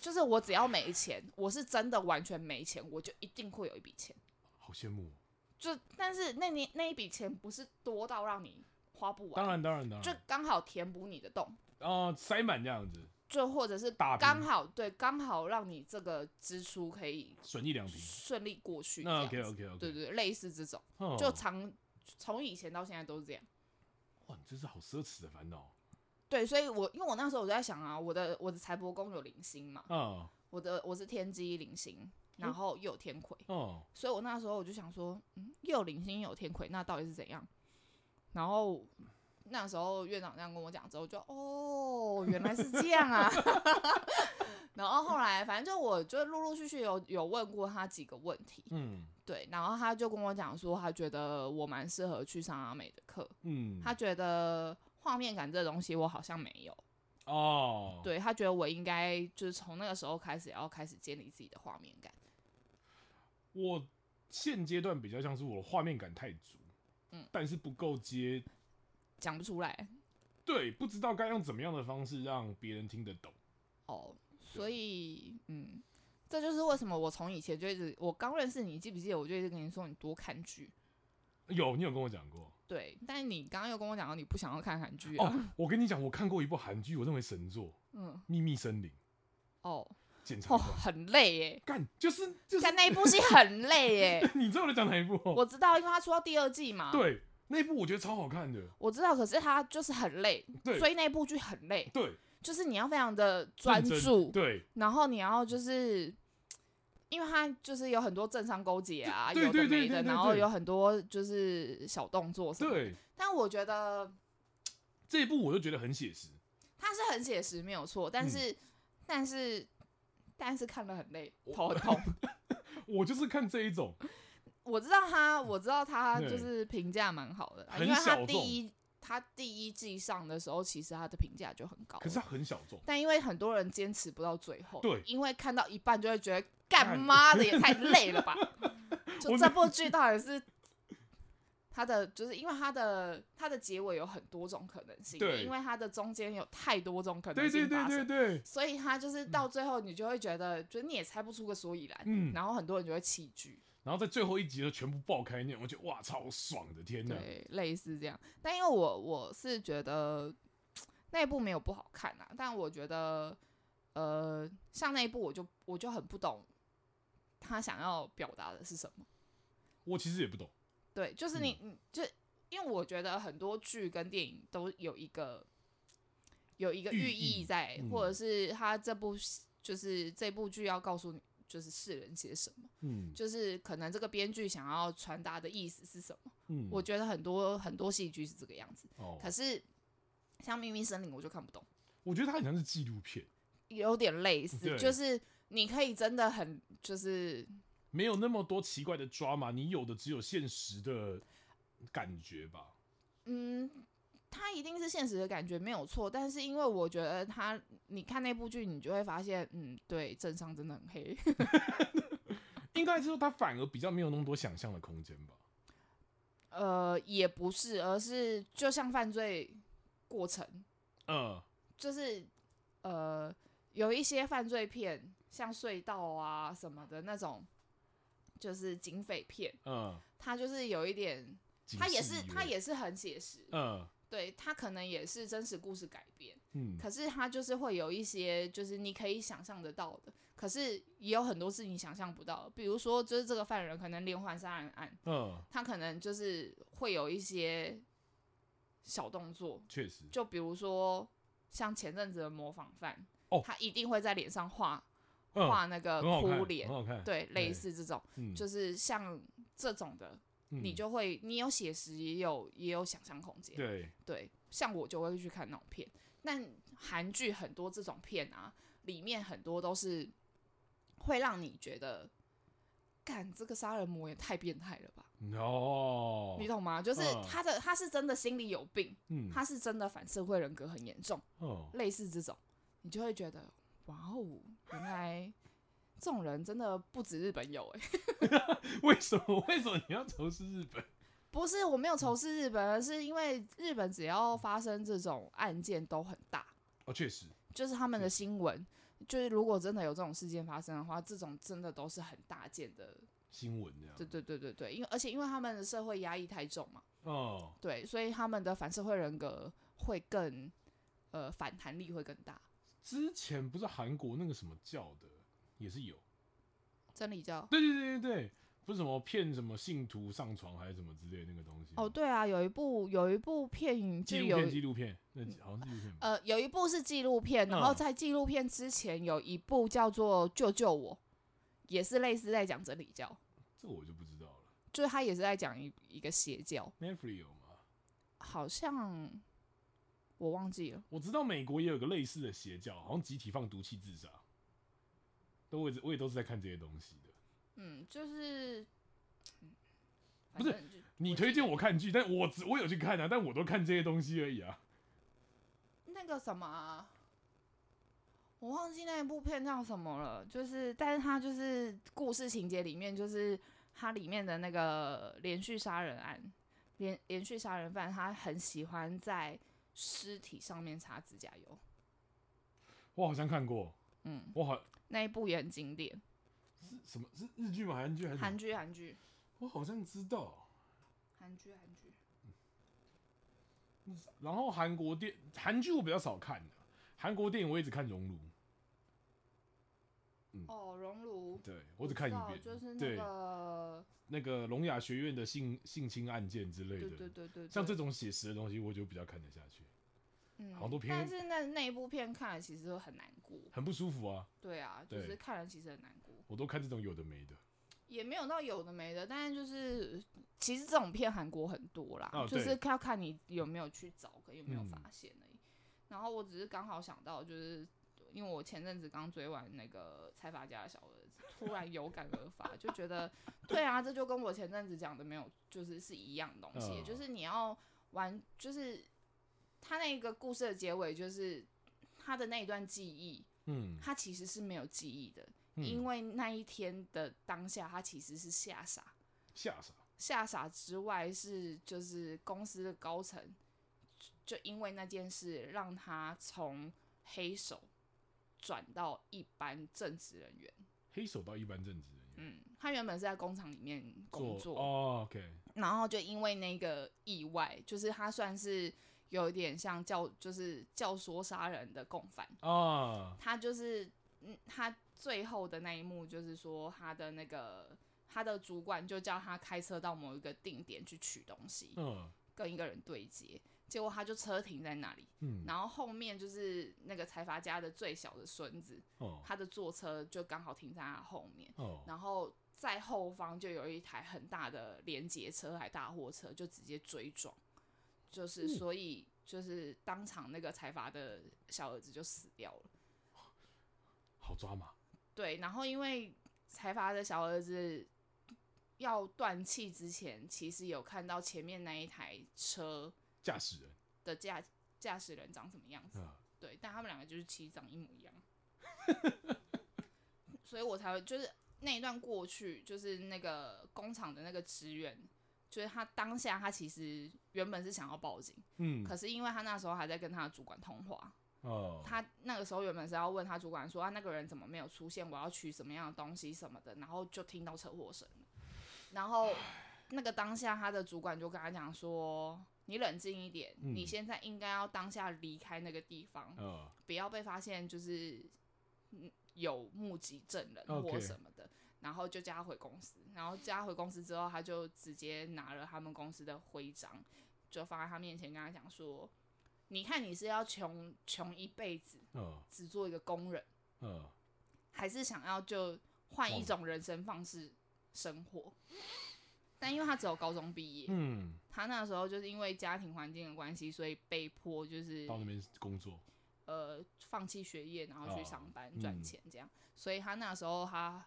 B: 就是我只要没钱，我是真的完全没钱，我就一定会有一笔钱。
A: 好羡慕哦。
B: 就但是那年那一笔钱不是多到让你花不完，
A: 当然当然当
B: 就
A: 然，
B: 刚好填补你的洞，
A: 哦，塞满这样子，
B: 就或者是
A: 打平
B: 刚好对刚好让你这个支出可以
A: 损一两瓶。
B: 顺利过去这
A: 那
B: 样
A: OK
B: 子。
A: OK OK，
B: 对，对，类似这种，
A: 哦
B: 就常从以前到现在都是这样。
A: 哇，你真是好奢侈的烦恼
B: 对，所以我因为我那时候我就在想啊，我的我的财帛宫有零星嘛，
A: 啊，
B: 我的我是天机零
A: 嗯
B: 星，然后又有天魁，
A: 哦，
B: 所以我那时候我就想说，嗯，又有零星又有天魁，那到底是怎样？然后那时候院长这样跟我讲之后，我就哦，原来是这样啊。 [LAUGHS] 然后后来，反正就我就陆陆续续有有问过他几个问题，
A: 嗯
B: 对，然后他就跟我讲说，他觉得我蛮适合去上阿美的课，
A: 嗯，
B: 他觉得画面感这东西我好像没有，
A: 哦，，
B: 对他觉得我应该就是从那个时候开始要开始建立自己的画面感，
A: 我现阶段比较像是我的画面感太足，
B: 嗯，
A: 但是不够接，
B: 讲不出来
A: 对，不知道该用怎么样的方式让别人听得懂。
B: 哦，所以嗯，这就是为什么我从以前就一直，我刚认识你，记不记得我就一直跟你说你多看剧。
A: 有，你有跟我讲过。
B: 对，但你刚刚又跟我讲到你不想要看韩剧啊，
A: 哦，我跟你讲，我看过一部韩剧，我认为神作《
B: 嗯，
A: 秘密森林》，
B: 哦，
A: 检察
B: 哦，
A: 官。
B: 很累耶，
A: 干，就是就是
B: 看，那一部戏很
A: [LAUGHS]
B: 累耶，
A: 你知道我在讲哪一部哦？
B: 我知道，因为他出到第二季嘛，，
A: 对，那一部我觉得超好看的。
B: 我知道，可是他就是很累，
A: 对
B: 所以那部剧很累，
A: 对，
B: 就是你要非常的专
A: 认真
B: 注，
A: 对
B: 然后你要就是。因为他就是有很多政商勾结啊，
A: 对
B: 有的
A: 对对
B: 没的，
A: 对对
B: 然后
A: 对
B: 有很多就是小动作什么的。
A: 对，
B: 但我觉得
A: 这一部我就觉得很写实。
B: 它是很写实，没有错。但
A: 嗯
B: 是，但是，但是看了很累，头很痛。
A: 我就是看这一种，
B: 我知道他，我知道
A: [LAUGHS]
B: 他
A: 对
B: 就是评价蛮好的啦，
A: 很
B: 因为他
A: 小
B: 第
A: 众
B: 一他第一季上的时候，其实他的评价就很高了。
A: 可是它很小众。
B: 但因为很多人坚持不到最后，
A: 对
B: 因为看到一半就会觉得干
A: 干
B: 妈的
A: [LAUGHS]
B: 也太累了吧？就
A: 我
B: 这部剧到底是它的，就是因为它的它的结尾有很多种可能性，
A: 对
B: 因为它的中间有太多种可能
A: 对对
B: 性
A: 对
B: 发
A: 对
B: 生，
A: 对，
B: 所以它就是到最后你就会觉得，就是你也猜不出个所以然，
A: 嗯，
B: 然后很多人就会弃剧。
A: 然后在最后一集就全部爆开那种，我觉得哇，超爽的，天哪！
B: 嗯对，类似这样。但因为我我是觉得那一部没有不好看啊，但我觉得呃，像那一部我就我就很不懂他想要表达的是什么。
A: 我其实也不懂，
B: 对，就是你、你就因为我觉得很多剧跟电影都有一个有一个
A: 寓
B: 寓
A: 意
B: 意在，
A: 嗯
B: 或者是他这部就是这部剧要告诉你。就是世人些什么，
A: 嗯
B: 就是可能这个编剧想要传达的意思是什么？
A: 嗯，
B: 我觉得很多很多戏剧是这个样子。
A: 哦，
B: 可是像《秘密森林》，我就看不懂，
A: 我觉得它很像是纪录片，
B: 有点类似，
A: 对
B: 就是你可以真的很就是
A: 没有那么多奇怪的抓嘛，你有的只有现实的感觉吧。
B: 嗯，它一定是现实的感觉没有错，但是因为我觉得它，你看那部剧，你就会发现，嗯，对，政商真的很黑， [LAUGHS]
A: 应该是说它反而比较没有那么多想象的空间吧。
B: 呃，也不是，而是就像犯罪过程，
A: 嗯，
B: 就是呃，有一些犯罪片，像隧道啊什么的那种，就是警匪片，
A: 嗯，
B: 它就是有一点。
A: 警
B: 它也
A: 示
B: 是
A: 意味
B: 它也是很写实，
A: 嗯
B: 对，它可能也是真实故事改编，
A: 嗯
B: 可是它就是会有一些就是你可以想象得到的，可是也有很多是你想象不到的，比如说就是这个犯人可能连环杀人案，
A: 嗯，
B: 他可能就是会有一些小动作，
A: 确实
B: 就比如说像前阵子的模仿犯，
A: 哦
B: 他一定会在脸上画
A: 嗯
B: 画那个
A: 很好看，
B: 哭脸
A: 很，好看，
B: 对，类
A: 对
B: 似这种，
A: 嗯，
B: 就是像这种的，你
A: 嗯
B: 就会你有写实，也有也有想象空间。
A: 对
B: 对，像我就会去看那种片。但韩剧很多这种片啊，里面很多都是会让你觉得，干这个杀人魔也太变态了吧？
A: 哦
B: 你，懂吗？就是
A: 嗯
B: 他的、他是真的心理有病，
A: 嗯，
B: 他是真的反社会人格很严重，
A: 哦， [LAUGHS]
B: 类似这种，你就会觉得，哇哦，原来这种人真的不止日本有哎、
A: 为什么为什么你要仇视日本？
B: 不是我没有仇视日本，而是因为日本只要发生这种案件都很大，
A: 哦，确实，
B: 就是他们的新闻，就是如果真的有这种事件发生的话，这种真的都是很大件的。
A: 新闻这样，
B: 对对对对对，因为而且因为他们的社会压抑太重嘛，
A: 哦，
B: 对，所以他们的反社会人格会更呃反弹力会更大。
A: 之前不是韩国那个什么教的也是有，
B: 真理教
A: 对对对对对，不是什么骗什么信徒上床还是什么之类的那个东西吗
B: 哦，，对啊，有一部有一部片影
A: 纪
B: 剧
A: 录
B: 有
A: 片纪录片，那好像是纪录片吧，
B: 呃有一部是纪录片，然
A: 嗯
B: 后在纪录片之前有一部叫做《救救我》，也是类似在讲真理教，
A: 这我就不知道了
B: 就是他也是在讲一一个邪教。
A: ，Netflix 有吗？
B: 好像我忘记了。
A: 我知道美国也有个类似的邪教，好像集体放毒气自杀。都我也我也都是在看这些东西的。
B: 嗯，就是，嗯
A: 不是
B: 是
A: 你推荐我看剧，但我只我有去看啊，但我都看这些东西而已啊。
B: 那个什么啊、我忘记那一部片叫什么了，就是，但是它就是故事情节里面，就是它里面的那个连续杀人案，连连续杀人犯，他很喜欢在尸体上面擦指甲油，
A: 我好像看过，
B: 嗯，
A: 我好
B: 那一部也很经典，
A: 是什么是日剧吗？韩剧还是什
B: 韩
A: 么？
B: 剧，韩剧，
A: 我好像知道。
B: 韩剧，韩剧，
A: 然后韩国电韩剧我比较少看的，韩国电影我一直看《熔炉》，
B: 哦，熔炉，
A: 对我只看一
B: 知道
A: 遍，
B: 就是那
A: 对
B: 个，
A: 那个聋哑学院的性性侵案件之类
B: 对
A: 的，
B: 对对对，
A: 像
B: 对
A: 这种写实的东西，我就比较看得下去，
B: 嗯，
A: 好多片
B: 但是那那一部片看了其实会很难过，
A: 很不舒服啊。
B: 对啊，就
A: 对
B: 是看了其实很难过，
A: 我都看这种有的没的，
B: 也没有到有的没的，但是就是其实这种片韩国很多啦，
A: 哦
B: 就
A: 对
B: 是要看你有没有去找跟有没有
A: 嗯
B: 发现而已。然后我只是刚好想到，就是因为我前阵子刚追完那个财阀家的小儿子，突然有感而发，就觉得对啊，这就跟我前阵子讲的没有就是是一样东西，
A: 嗯
B: 就是你要玩，就是他那个故事的结尾就是。他的那一段记忆，
A: 嗯，
B: 他其实是没有记忆的，因
A: 嗯
B: 为那一天的当下，他其实是吓傻，
A: 吓啊傻，
B: 吓傻之外是就是公司的高层，就因为那件事让他从黑手转到一般正职人员。
A: 黑手到一般正职人员
B: 嗯，他原本是在工厂里面工作，
A: 哦，OK，
B: 然后就因为那个意外，就是他算是有一点像教，就是教唆杀人的共犯。
A: 啊，
B: 他就是，嗯，他最后的那一幕就是说，他的那个他的主管就叫他开车到某一个定点去取东西，
A: 嗯
B: 跟一个人对接，结果他就车停在那里，
A: 嗯，
B: 然后后面就是那个财阀家的最小的孙子，
A: 哦
B: 他的坐车就刚好停在他后面，
A: 哦，
B: 然后在后方就有一台很大的连接车还大货车，就直接追撞，就是
A: 嗯
B: 所以就是当场那个财阀的小儿子就死掉了。
A: 好抓马，
B: 对，然后因为财阀的小儿子要断气之前，其实有看到前面那一台车
A: 驾驶人
B: 的驾驾驶人长什么样子，
A: 啊，
B: 对，但他们两个就是其实长一模一样， [LAUGHS] 所以我才会就是那一段过去，就是那个工厂的那个职员。就是他当下，他其实原本是想要报警，
A: 嗯，
B: 可是因为他那时候还在跟他的主管通话，
A: 哦，
B: 他那个时候原本是要问他主管说啊，那个人怎么没有出现？我要取什么样的东西什么的，然后就听到车祸声了然后那个当下，他的主管就跟他讲说：“你冷静一点，
A: 嗯
B: 你现在应该要当下离开那个地方，
A: 呃，
B: 不要被发现，就是嗯有目击证人
A: OK
B: 或什么的。然后就叫他回公司，然后叫他回公司之后，他就直接拿了他们公司的徽章，就放在他面前，跟他讲说：“你看你是要穷穷一辈子，
A: 呃，
B: 只做一个工人，
A: 呃，
B: 还是想要就换一
A: 哇
B: 种人生方式生活？但因为他只有高中毕业，
A: 嗯，
B: 他那时候就是因为家庭环境的关系，所以被迫就是
A: 到那边工作，
B: 呃放弃学业，然后去
A: 哦
B: 上班
A: 嗯
B: 赚钱这样。所以他那时候他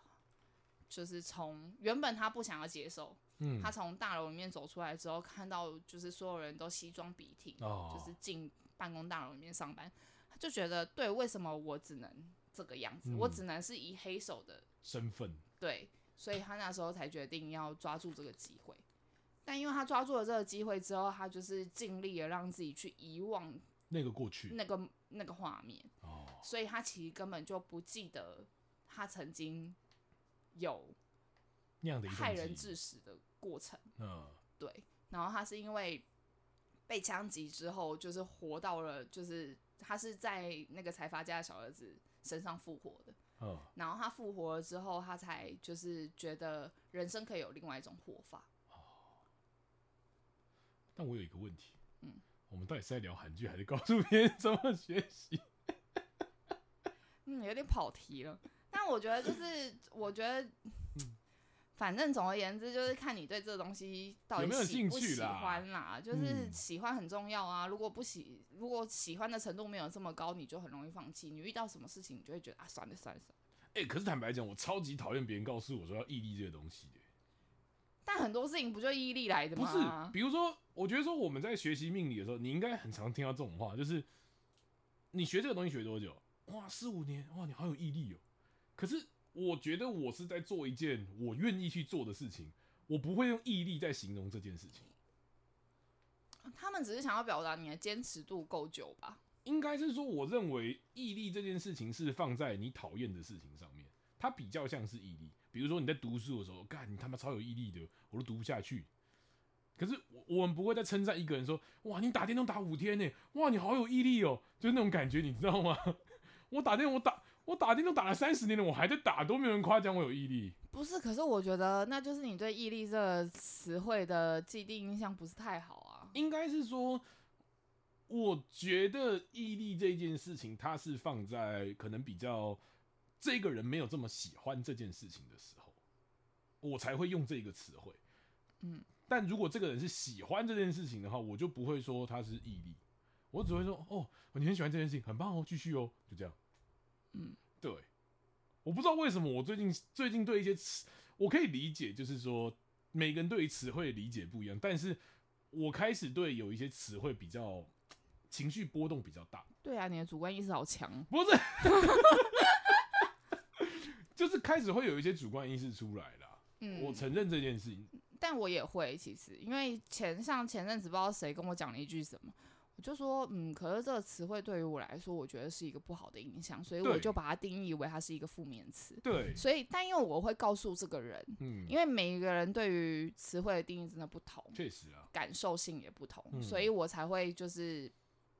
B: 就是从原本他不想要接受，
A: 嗯
B: 他，从大楼里面走出来之后，看到就是所有人都西装笔挺，
A: 哦，
B: 就是进办公大楼里面上班，他就觉得对，为什么我只能这个样子？
A: 嗯
B: 我只能是以黑手的
A: 身份，
B: 对，所以他那时候才决定要抓住这个机会。但因为他抓住了这个机会之后，他就是尽力的让自己去遗忘
A: 那个过去，
B: 那个那个画面，
A: 哦，
B: 所以他其实根本就不记得他曾经有
A: 那样的一
B: 害
A: 段
B: 人
A: 记
B: 致
A: 忆，
B: 死的过程。
A: 嗯，
B: 对，然后他是因为被枪击之后，就是活到了，就是他是在那个财阀家的小儿子身上复活的。
A: 呃，
B: 然后他复活了之后，他才就是觉得人生可以有另外一种活法。
A: 但我有一个问题，
B: 嗯，
A: 我们到底是在聊韩剧，还是告诉别人怎么学习？ [LAUGHS]
B: 嗯，有点跑题了。但我觉得就是，我觉得反正总而言之，就是看你对这东西到底
A: 有没有
B: 喜
A: 兴
B: 不
A: 趣
B: 喜
A: 啦
B: 欢啦。就是
A: 嗯
B: 喜欢很重要啊，如果不喜，如果喜欢的程度没有这么高，你就很容易放弃。你遇到什么事情，你就会觉得啊，算了算了算了。
A: 哎、可是坦白讲，我超级讨厌别人告诉我说要毅力这个东西的、
B: 但很多事情不就毅力来的
A: 不
B: 吗？
A: 是，比如说，我觉得说我们在学习命理的时候，你应该很常听到这种话，就是你学这个东西学多久？哇，四五年，哇，你好有毅力哦。可是我觉得我是在做一件我愿意去做的事情，我不会用毅力在形容这件事情。
B: 他们只是想要表达你的坚持度够久吧？
A: 应该是说，我认为毅力这件事情是放在你讨厌的事情上面，它比较像是毅力。比如说你在读书的时候，干你他妈超有毅力的，我都读不下去。可是我我们不会再称赞一个人说，哇，你打电动打五天呢，哇，你好有毅力哦，就是那种感觉，你知道吗？ [LAUGHS] 我打电动我打我打电动打了三十年了，我还在打，都没有人夸奖我有毅力。
B: 不是，可是我觉得那就是你对毅力这个词汇的既定印象不是太好啊。
A: 应该是说，我觉得毅力这件事情，它是放在可能比较这个人没有这么喜欢这件事情的时候，我才会用这个词汇。
B: 嗯，
A: 但如果这个人是喜欢这件事情的话，我就不会说他是毅力，我只会说哦，你很喜欢这件事情，很棒哦，继续哦，就这样。
B: 嗯，
A: 对。我不知道为什么我最近最近对一些词，我可以理解，就是说每个人对于词汇的理解不一样，但是我开始对有一些词汇比较情绪波动比较大，
B: 对啊，你的主观意识好强。
A: 不是， [LAUGHS] 就是开始会有一些主观意识出来啦。
B: 嗯，
A: 我承认这件事情，
B: 但我也会其实，因为前像前阵子不知道谁跟我讲了一句什么，我就说嗯，可是这个词汇对于我来说，我觉得是一个不好的影响，所以我
A: 对
B: 就把它定义为它是一个负面词。
A: 对，
B: 所以，但因为我会告诉这个人，
A: 嗯，
B: 因为每一个人对于词汇的定义真的不同，
A: 确实啊，
B: 感受性也不同，
A: 嗯
B: 所以我才会就是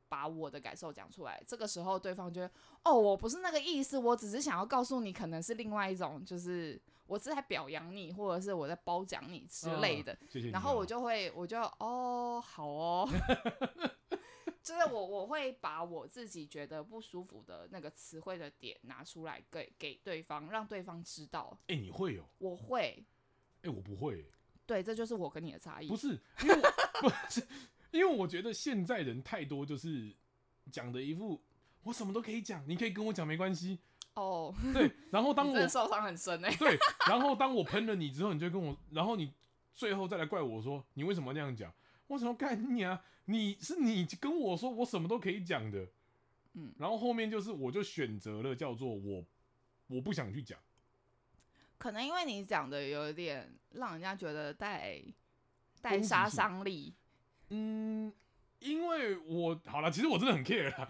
B: 把我的感受讲出来。这个时候，对方就会哦，我不是那个意思，我只是想要告诉你，可能是另外一种，就是我是在表扬你，或者是我在褒奖你之类的。
A: 嗯，谢谢你啊。
B: 然后我就会，我就哦，好哦， [LAUGHS] 就是我我会把我自己觉得不舒服的那个词汇的点拿出来给给对方，让对方知道
A: 哎、你会哦、
B: 我会。
A: 哎、我不会欸、
B: 对，这就是我跟你的差异。
A: 不是，因为我 [LAUGHS] 不是，因为我觉得现在人太多，就是讲的一副我什么都可以讲，你可以跟我讲没关系。
B: 哦， [LAUGHS]
A: 对，然后当
B: 你
A: 我
B: 真的受伤很深哎、
A: 对，然后当我喷了你之后，你就跟我，然后你最后再来怪我说你为什么那样讲？我想要干你啊！你是你跟我说我什么都可以讲的，
B: 嗯，
A: 然后后面就是我就选择了叫做我我不想去讲，
B: 可能因为你讲的有一点让人家觉得带带
A: 攻击
B: 杀
A: 性
B: 伤力，
A: 嗯，因为我好了，其实我真的很 care 啦，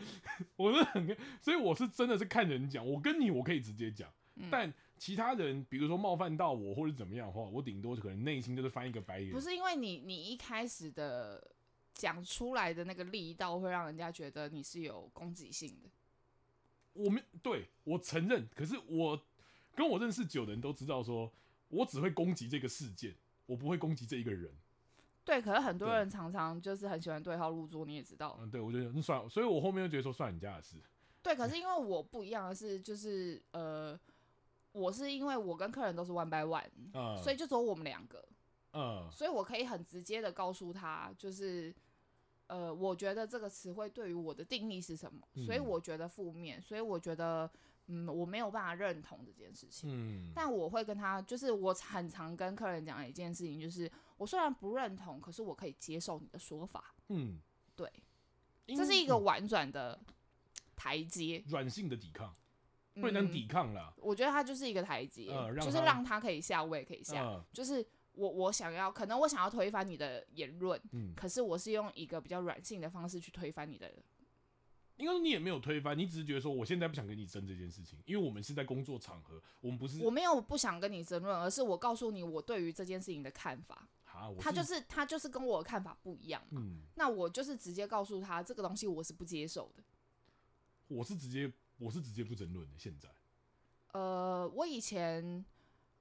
A: 我真的很 care，所以我是真的是看人讲，我跟你我可以直接讲，
B: 嗯
A: 但其他人比如说冒犯到我或者怎么样的话，我顶多可能内心就是翻一个白眼，
B: 不是因为你你一开始的讲出来的那个力道会让人家觉得你是有攻击性的。
A: 我们对我承认，可是我跟我认识久的人都知道说我只会攻击这个事件，我不会攻击这一个人。
B: 对，可是很多
A: 对
B: 人常常就是很喜欢对号入座，你也知道。
A: 嗯，对我觉得那算了，所以我后面就觉得说算你家的事。
B: 对，可是因为我不一样的是，就是呃，我是因为我跟客人都是 one by one，、
A: 嗯，
B: 所以就只有我们两个，
A: 嗯
B: 所以我可以很直接的告诉他，就是呃，我觉得这个词汇对于我的定义是什么，所以
A: 嗯
B: 我觉得负面，所以我觉得嗯，我没有办法认同这件事情。
A: 嗯，
B: 但我会跟他，就是我很常跟客人讲的一件事情，就是我虽然不认同，可是我可以接受你的说法。
A: 嗯，
B: 对，
A: 因嗯
B: 这是一个婉转的台阶，
A: 软性的抵抗，不能讲
B: 嗯
A: 抵抗啦。
B: 我觉得它就是一个台阶，
A: 呃让
B: 就是
A: 他
B: 让他可以下，我也可以下。
A: 嗯
B: 就是我我想要，可能我想要推翻你的言论，
A: 嗯，
B: 可是我是用一个比较软性的方式去推翻你的。
A: 应该说你也没有推翻，你只是觉得说我现在不想跟你争这件事情，因为我们是在工作场合，我们不是
B: 我没有不想跟你争论，而是我告诉你我对于这件事情的看法，
A: 啊，我
B: 他就是是他就是跟我的看法不一样嘛。
A: 嗯，
B: 那我就是直接告诉他这个东西我是不接受的。
A: 我是直接我是直接不争论的，现在
B: 呃，我以前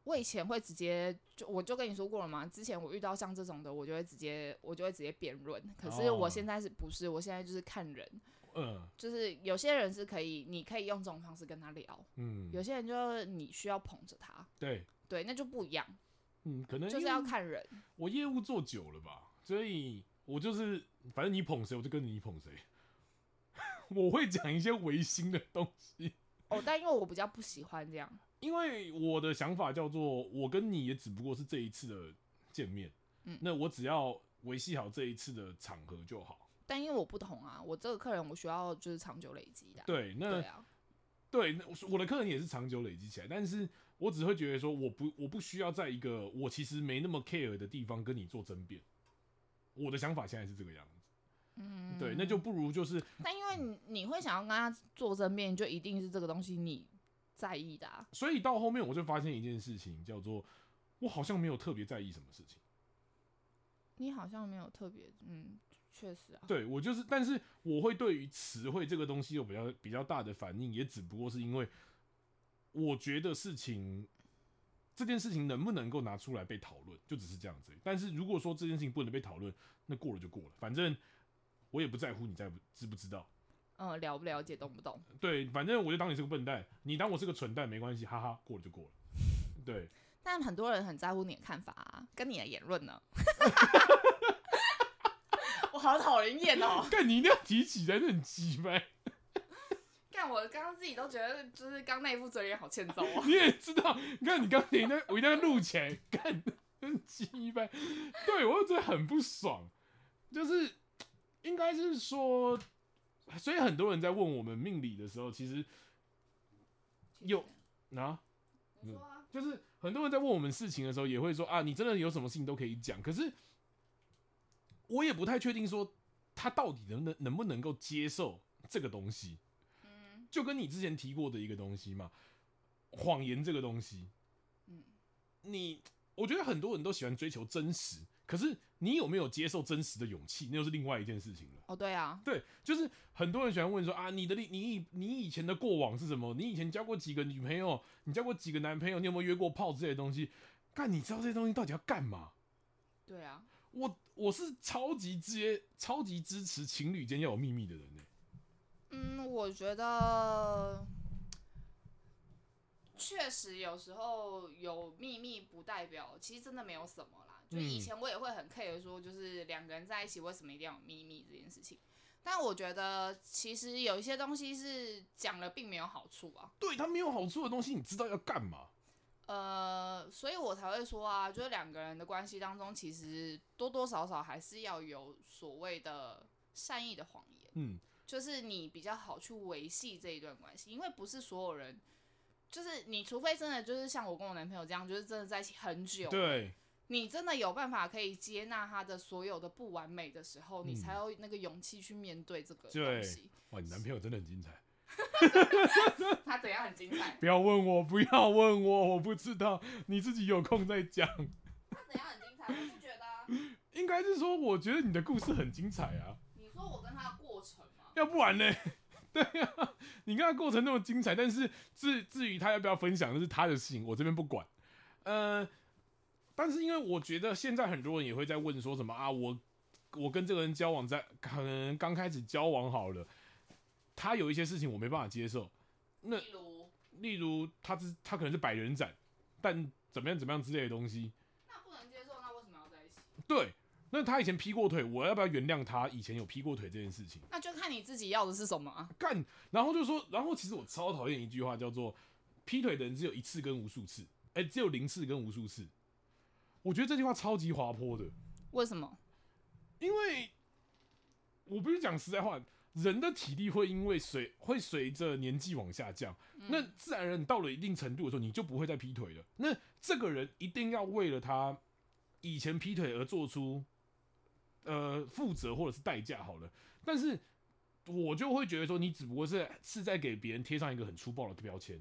B: 我以前会直接就我就跟你说过了嘛，之前我遇到像这种的，我就会直接我就会直接辩论。可是我
A: 哦
B: 现在是不是？我现在就是看人，
A: 嗯
B: 就是有些人是可以，你可以用这种方式跟他聊，有
A: 嗯，
B: 些人就是你需要捧着他，
A: 对，
B: 对，那就不一样。
A: 嗯，可能
B: 就
A: 因
B: 是
A: 为
B: 要看人。
A: 我业务做久了吧，所以我就是反正你捧谁，我就跟着你捧谁。 [LAUGHS] 我会讲一些违心的东西，
B: 哦，但因为我比较不喜欢这样，
A: 因为我的想法叫做，我跟你也只不过是这一次的见面，
B: 嗯
A: 那我只要维系好这一次的场合就好。
B: 但因为我不同啊，我这个客人我需要就是长久累积的啊、
A: 对，那
B: 对啊，
A: 对，那我说我的客人也是长久累积起来，但是我只会觉得说，我不我不需要在一个我其实没那么 care 的地方跟你做争辩。我的想法现在是这个样子，
B: 嗯，
A: 对，那就不如就是
B: 但因为你你会想要跟他做争辩，就一定是这个东西你在意的、啊。
A: 所以到后面我就发现一件事情，叫做我好像没有特别在意什么事情。
B: 你好像没有特别，嗯，确实啊。
A: 对我就是，但是我会对于词汇这个东西有比较比较大的反应，也只不过是因为我觉得事情这件事情能不能够拿出来被讨论，就只是这样子而已。但是如果说这件事情不能被讨论，那过了就过了，反正我也不在乎你在不知不知道。
B: 嗯，了不了解，懂不懂？
A: 对，反正我就当你是个笨蛋，你当我是个蠢蛋没关系，哈哈，过了就过了。对，
B: 但很多人很在乎你的看法、啊，跟你的言论呢。 [LAUGHS] 我好讨人厌
A: [LAUGHS]
B: 哦！
A: 但你一定要提起来，那很鸡掰。
B: 看我刚刚自己都觉得，就是刚那一副嘴脸好欠揍哦。
A: 你也知道，你看你刚才那我一定要录起来，干真鸡掰，对我就觉得很不爽，就是应该是说，所以很多人在问我们命理的时候，其实有啊，
B: 你说啊，
A: 就是很多人在问我们事情的时候，也会说啊，你真的有什么事情都可以讲，可是我也不太确定说他到底能不能能不能够接受这个东西，
B: 嗯
A: 就跟你之前提过的一个东西嘛，谎言这个东西，
B: 嗯，
A: 你，我觉得很多人都喜欢追求真实，可是你有没有接受真实的勇气，那又是另外一件事情了。
B: 哦对啊，
A: 对，就是很多人喜欢问说啊，你的历你以你以前的过往是什么？你以前交过几个女朋友？你交过几个男朋友？你有没有约过炮之类的东西？干，你知道这些东西到底要干嘛？
B: 对啊，
A: 我我是超级直接、超级支持情侣间要有秘密的人呢、
B: 嗯，我觉得确实有时候有秘密不代表，其实真的没有什么啦。就以
A: 嗯
B: 前我也会很 care 说，就是两个人在一起为什么一定要有秘密这件事情。但我觉得其实有一些东西是讲了并没有好处啊，
A: 对他没有好处的东西，你知道要干嘛？
B: 呃，所以我才会说啊，就是两个人的关系当中，其实多多少少还是要有所谓的善意的谎言。
A: 嗯，
B: 就是你比较好去维系这一段关系，因为不是所有人，就是你除非真的就是像我跟我男朋友这样，就是真的在一起很久，
A: 对，
B: 你真的有办法可以接纳他的所有的不完美的时候，
A: 嗯
B: 你才有那个勇气去面对这个
A: 对
B: 东西。
A: 哇，你男朋友真的很精彩。
B: 他怎样很精彩？
A: 不要问我，不要问我，我不知道，你自己有空再讲。
B: 他怎样很精彩？我不觉得、啊。
A: 应该是说，我觉得你的故事很精彩啊， [LAUGHS]
B: 你说我跟他的过程吗？
A: 要不然呢？ [LAUGHS] 对啊，你看他过程那么精彩，但是至至于他要不要分享，那是他的事情，我这边不管。呃，但是因为我觉得现在很多人也会在问说什么啊，我我跟这个人交往在可能刚开始交往好了，他有一些事情我没办法接受，那
B: 例如，
A: 例如他是他可能是百人斩，但怎么样怎么样之类的东西，
B: 那不能接受，那为什么要在一起？
A: 对，那他以前劈过腿，我要不要原谅他以前有劈过腿这件事情？
B: 那就看你自己要的是什么啊。
A: 干，然后就说，然后其实我超讨厌一句话叫做“劈腿的人只有一次跟无数次”，哎、只有零次跟无数次。我觉得这句话超级滑坡的，
B: 为什么？
A: 因为我必须讲实在话，人的体力会因为随会随着年纪往下降，那自然而然你到了一定程度的时候，你就不会再劈腿了。那这个人一定要为了他以前劈腿而做出呃负责或者是代价好了，但是我就会觉得说，你只不过是是在给别人贴上一个很粗暴的标签。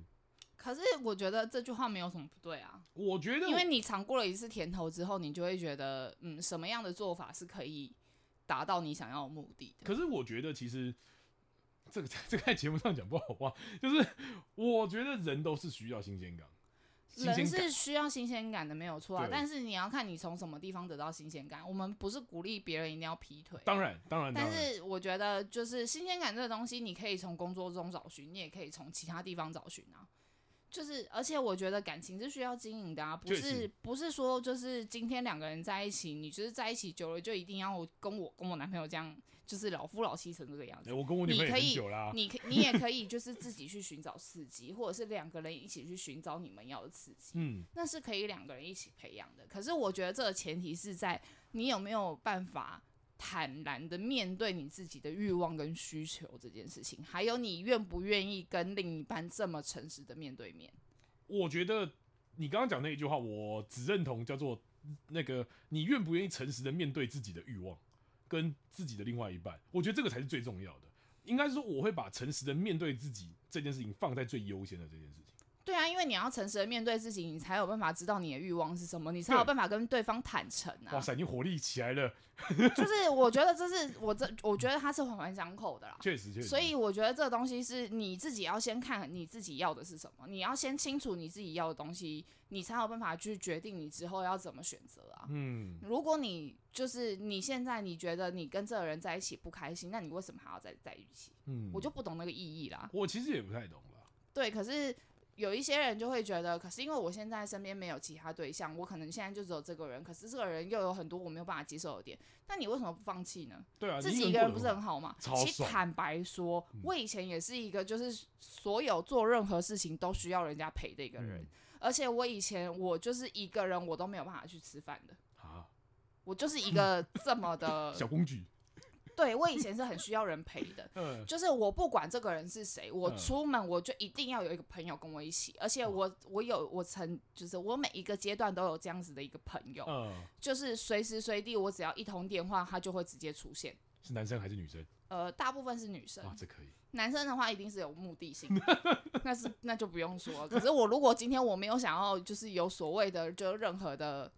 B: 可是我觉得这句话没有什么不对啊。
A: 我觉得
B: 因为你尝过了一次甜头之后，你就会觉得，嗯，什么样的做法是可以达到你想要的目的的。
A: 可是我觉得其实这个这个在节目上讲不好话，就是我觉得人都是需要新鲜感，新
B: 人
A: 鲜感
B: 是需要新鲜感的，没有错啊
A: 对。
B: 但是你要看你从什么地方得到新鲜感。我们不是鼓励别人一定要劈腿，
A: 当然当然当
B: 但
A: 然，
B: 是我觉得就是新鲜感这个东西，你可以从工作中找寻，你也可以从其他地方找寻啊。就是，而且我觉得感情是需要经营的啊，不
A: 确
B: 是
A: 实
B: 不是说就是今天两个人在一起，你就是在一起久了就一定要我跟我跟我男朋友这样，就是老夫老妻成这个样子
A: 哎。我跟我女
B: 你
A: 朋友也
B: 可
A: 很
B: 以
A: 久啦、
B: [LAUGHS] 你可你也可以就是自己去寻找刺激，或者是两个人一起去寻找你们要的刺激，
A: 嗯，
B: 那是可以两个人一起培养的。可是我觉得这个前提是在你有没有办法坦然的面对你自己的欲望跟需求这件事情，还有你愿不愿意跟另一半这么诚实的面对面。
A: 我觉得你刚刚讲那一句话，我只认同叫做那个你愿不愿意诚实的面对自己的欲望跟自己的另外一半，我觉得这个才是最重要的。应该是说，我会把诚实的面对自己这件事情放在最优先的这件事情。
B: 对啊，因为你要诚实的面对自己，你才有办法知道你的欲望是什么，你才
A: 对
B: 有办法跟对方坦诚啊
A: 哇。塞，你火力起来了，
B: 就是我觉得这是我这，我觉得它是环环相扣的啦。
A: 确实确实。
B: 所以我觉得这个东西是你自己要先看你自己要的是什么，你要先清楚你自己要的东西，你才有办法去决定你之后要怎么选择啊。
A: 嗯，
B: 如果你就是你现在你觉得你跟这个人在一起不开心，那你为什么还要再在一起？
A: 嗯
B: 我就不懂那个意义啦。
A: 我其实也不太懂啦。
B: 对，可是有一些人就会觉得，可是因为我现在身边没有其他对象，我可能现在就只有这个人，可是这个人又有很多我没有办法接受的点，那你为什么不放弃呢？
A: 对啊，
B: 自
A: 你
B: 己一
A: 一
B: 个人不
A: 过
B: 是
A: 得
B: 很好吗？
A: 超
B: 其实
A: 爽嗯
B: 坦白说，我以前也是一个就是所有做任何事情都需要人家陪的一个人，
A: 嗯
B: 而且我以前我就是一个人，我都没有办法去吃饭的。
A: 好
B: 我就
A: [LAUGHS]
B: 是一个这么的
A: 啊，小公举，
B: 对我以前是很需要人陪
A: [LAUGHS]
B: 的，
A: 嗯、
B: 就是我不管这个人是谁，我
A: 嗯
B: 出门我就一定要有一个朋友跟我一起，而且我我有我曾就是我每一个阶段都有这样子的一个朋友，
A: 嗯、
B: 就是随时随地我只要一通电话，他就会直接出现。
A: 是男生还是女生？
B: 呃，大部分是女生
A: 哇，，这可以。
B: 男生的话一定是有目的性 [LAUGHS] 的，那是那就不用说了。可是我如果今天我没有想要，就是有所谓的就任何的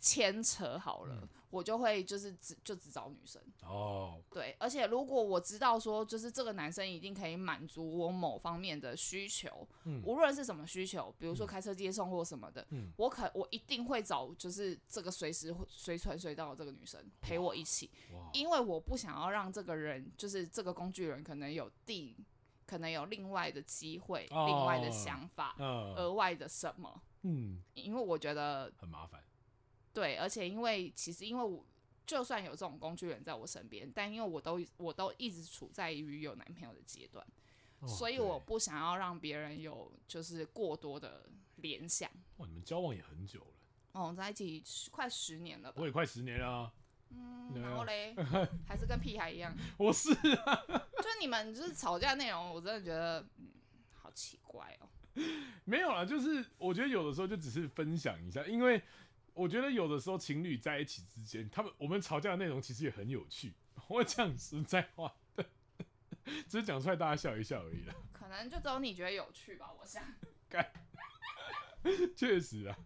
B: 牵扯好
A: 嗯
B: 了，我就会就是只就只找女生。
A: 哦，
B: 对，而且如果我知道说，就是这个男生一定可以满足我某方面的需求，
A: 嗯
B: 无论是什么需求，比如说开车接送或什么的，
A: 嗯
B: 我可我一定会找就是这个随时会随传随到的这个女生陪我一起，
A: 哇，
B: 因为我不想要让这个人就是这个工具人可能有第可能有另外的机会、另外的
A: 哦
B: 想法、
A: 嗯、
B: 额外的什么，
A: 嗯，
B: 因为我觉得
A: 很麻烦。
B: 对，而且因为其实因为我就算有这种工具人在我身边，但因为我都我都一直处在于有男朋友的阶段，
A: 哦
B: 所以
A: 对
B: 我不想要让别人有就是过多的联想。
A: 哇，你们交往也很久了，
B: 哦，我们在一起十快十年了吧
A: 我？也快十年了啊、
B: 嗯，
A: 对
B: 然
A: 啊
B: 后
A: [LAUGHS]
B: 嘞，还是跟屁孩一样。
A: 我是
B: 就是你们就是吵架内容，我真的觉得嗯，好奇怪哦。
A: 没有啦，就是我觉得有的时候就只是分享一下，因为我觉得有的时候情侣在一起之间，他们我们吵架的内容其实也很有趣。我讲实在话 [LAUGHS] 的，只是讲出来大家笑一笑而已啦。
B: 可能就只有你觉得有趣吧，我想。
A: 确实啊，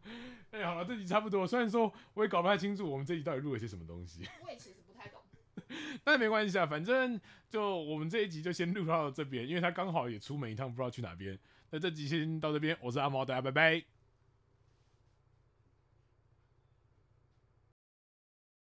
A: 哎、好了，这集差不多。虽然说我也搞不太清楚我们这集到底录了些什么东西， [LAUGHS]
B: 我也其实不太懂。
A: 但没关系啊，反正就我们这一集就先录到这边，因为他刚好也出门一趟，不知道去哪边。那这集先到这边，我是阿毛，大家拜拜。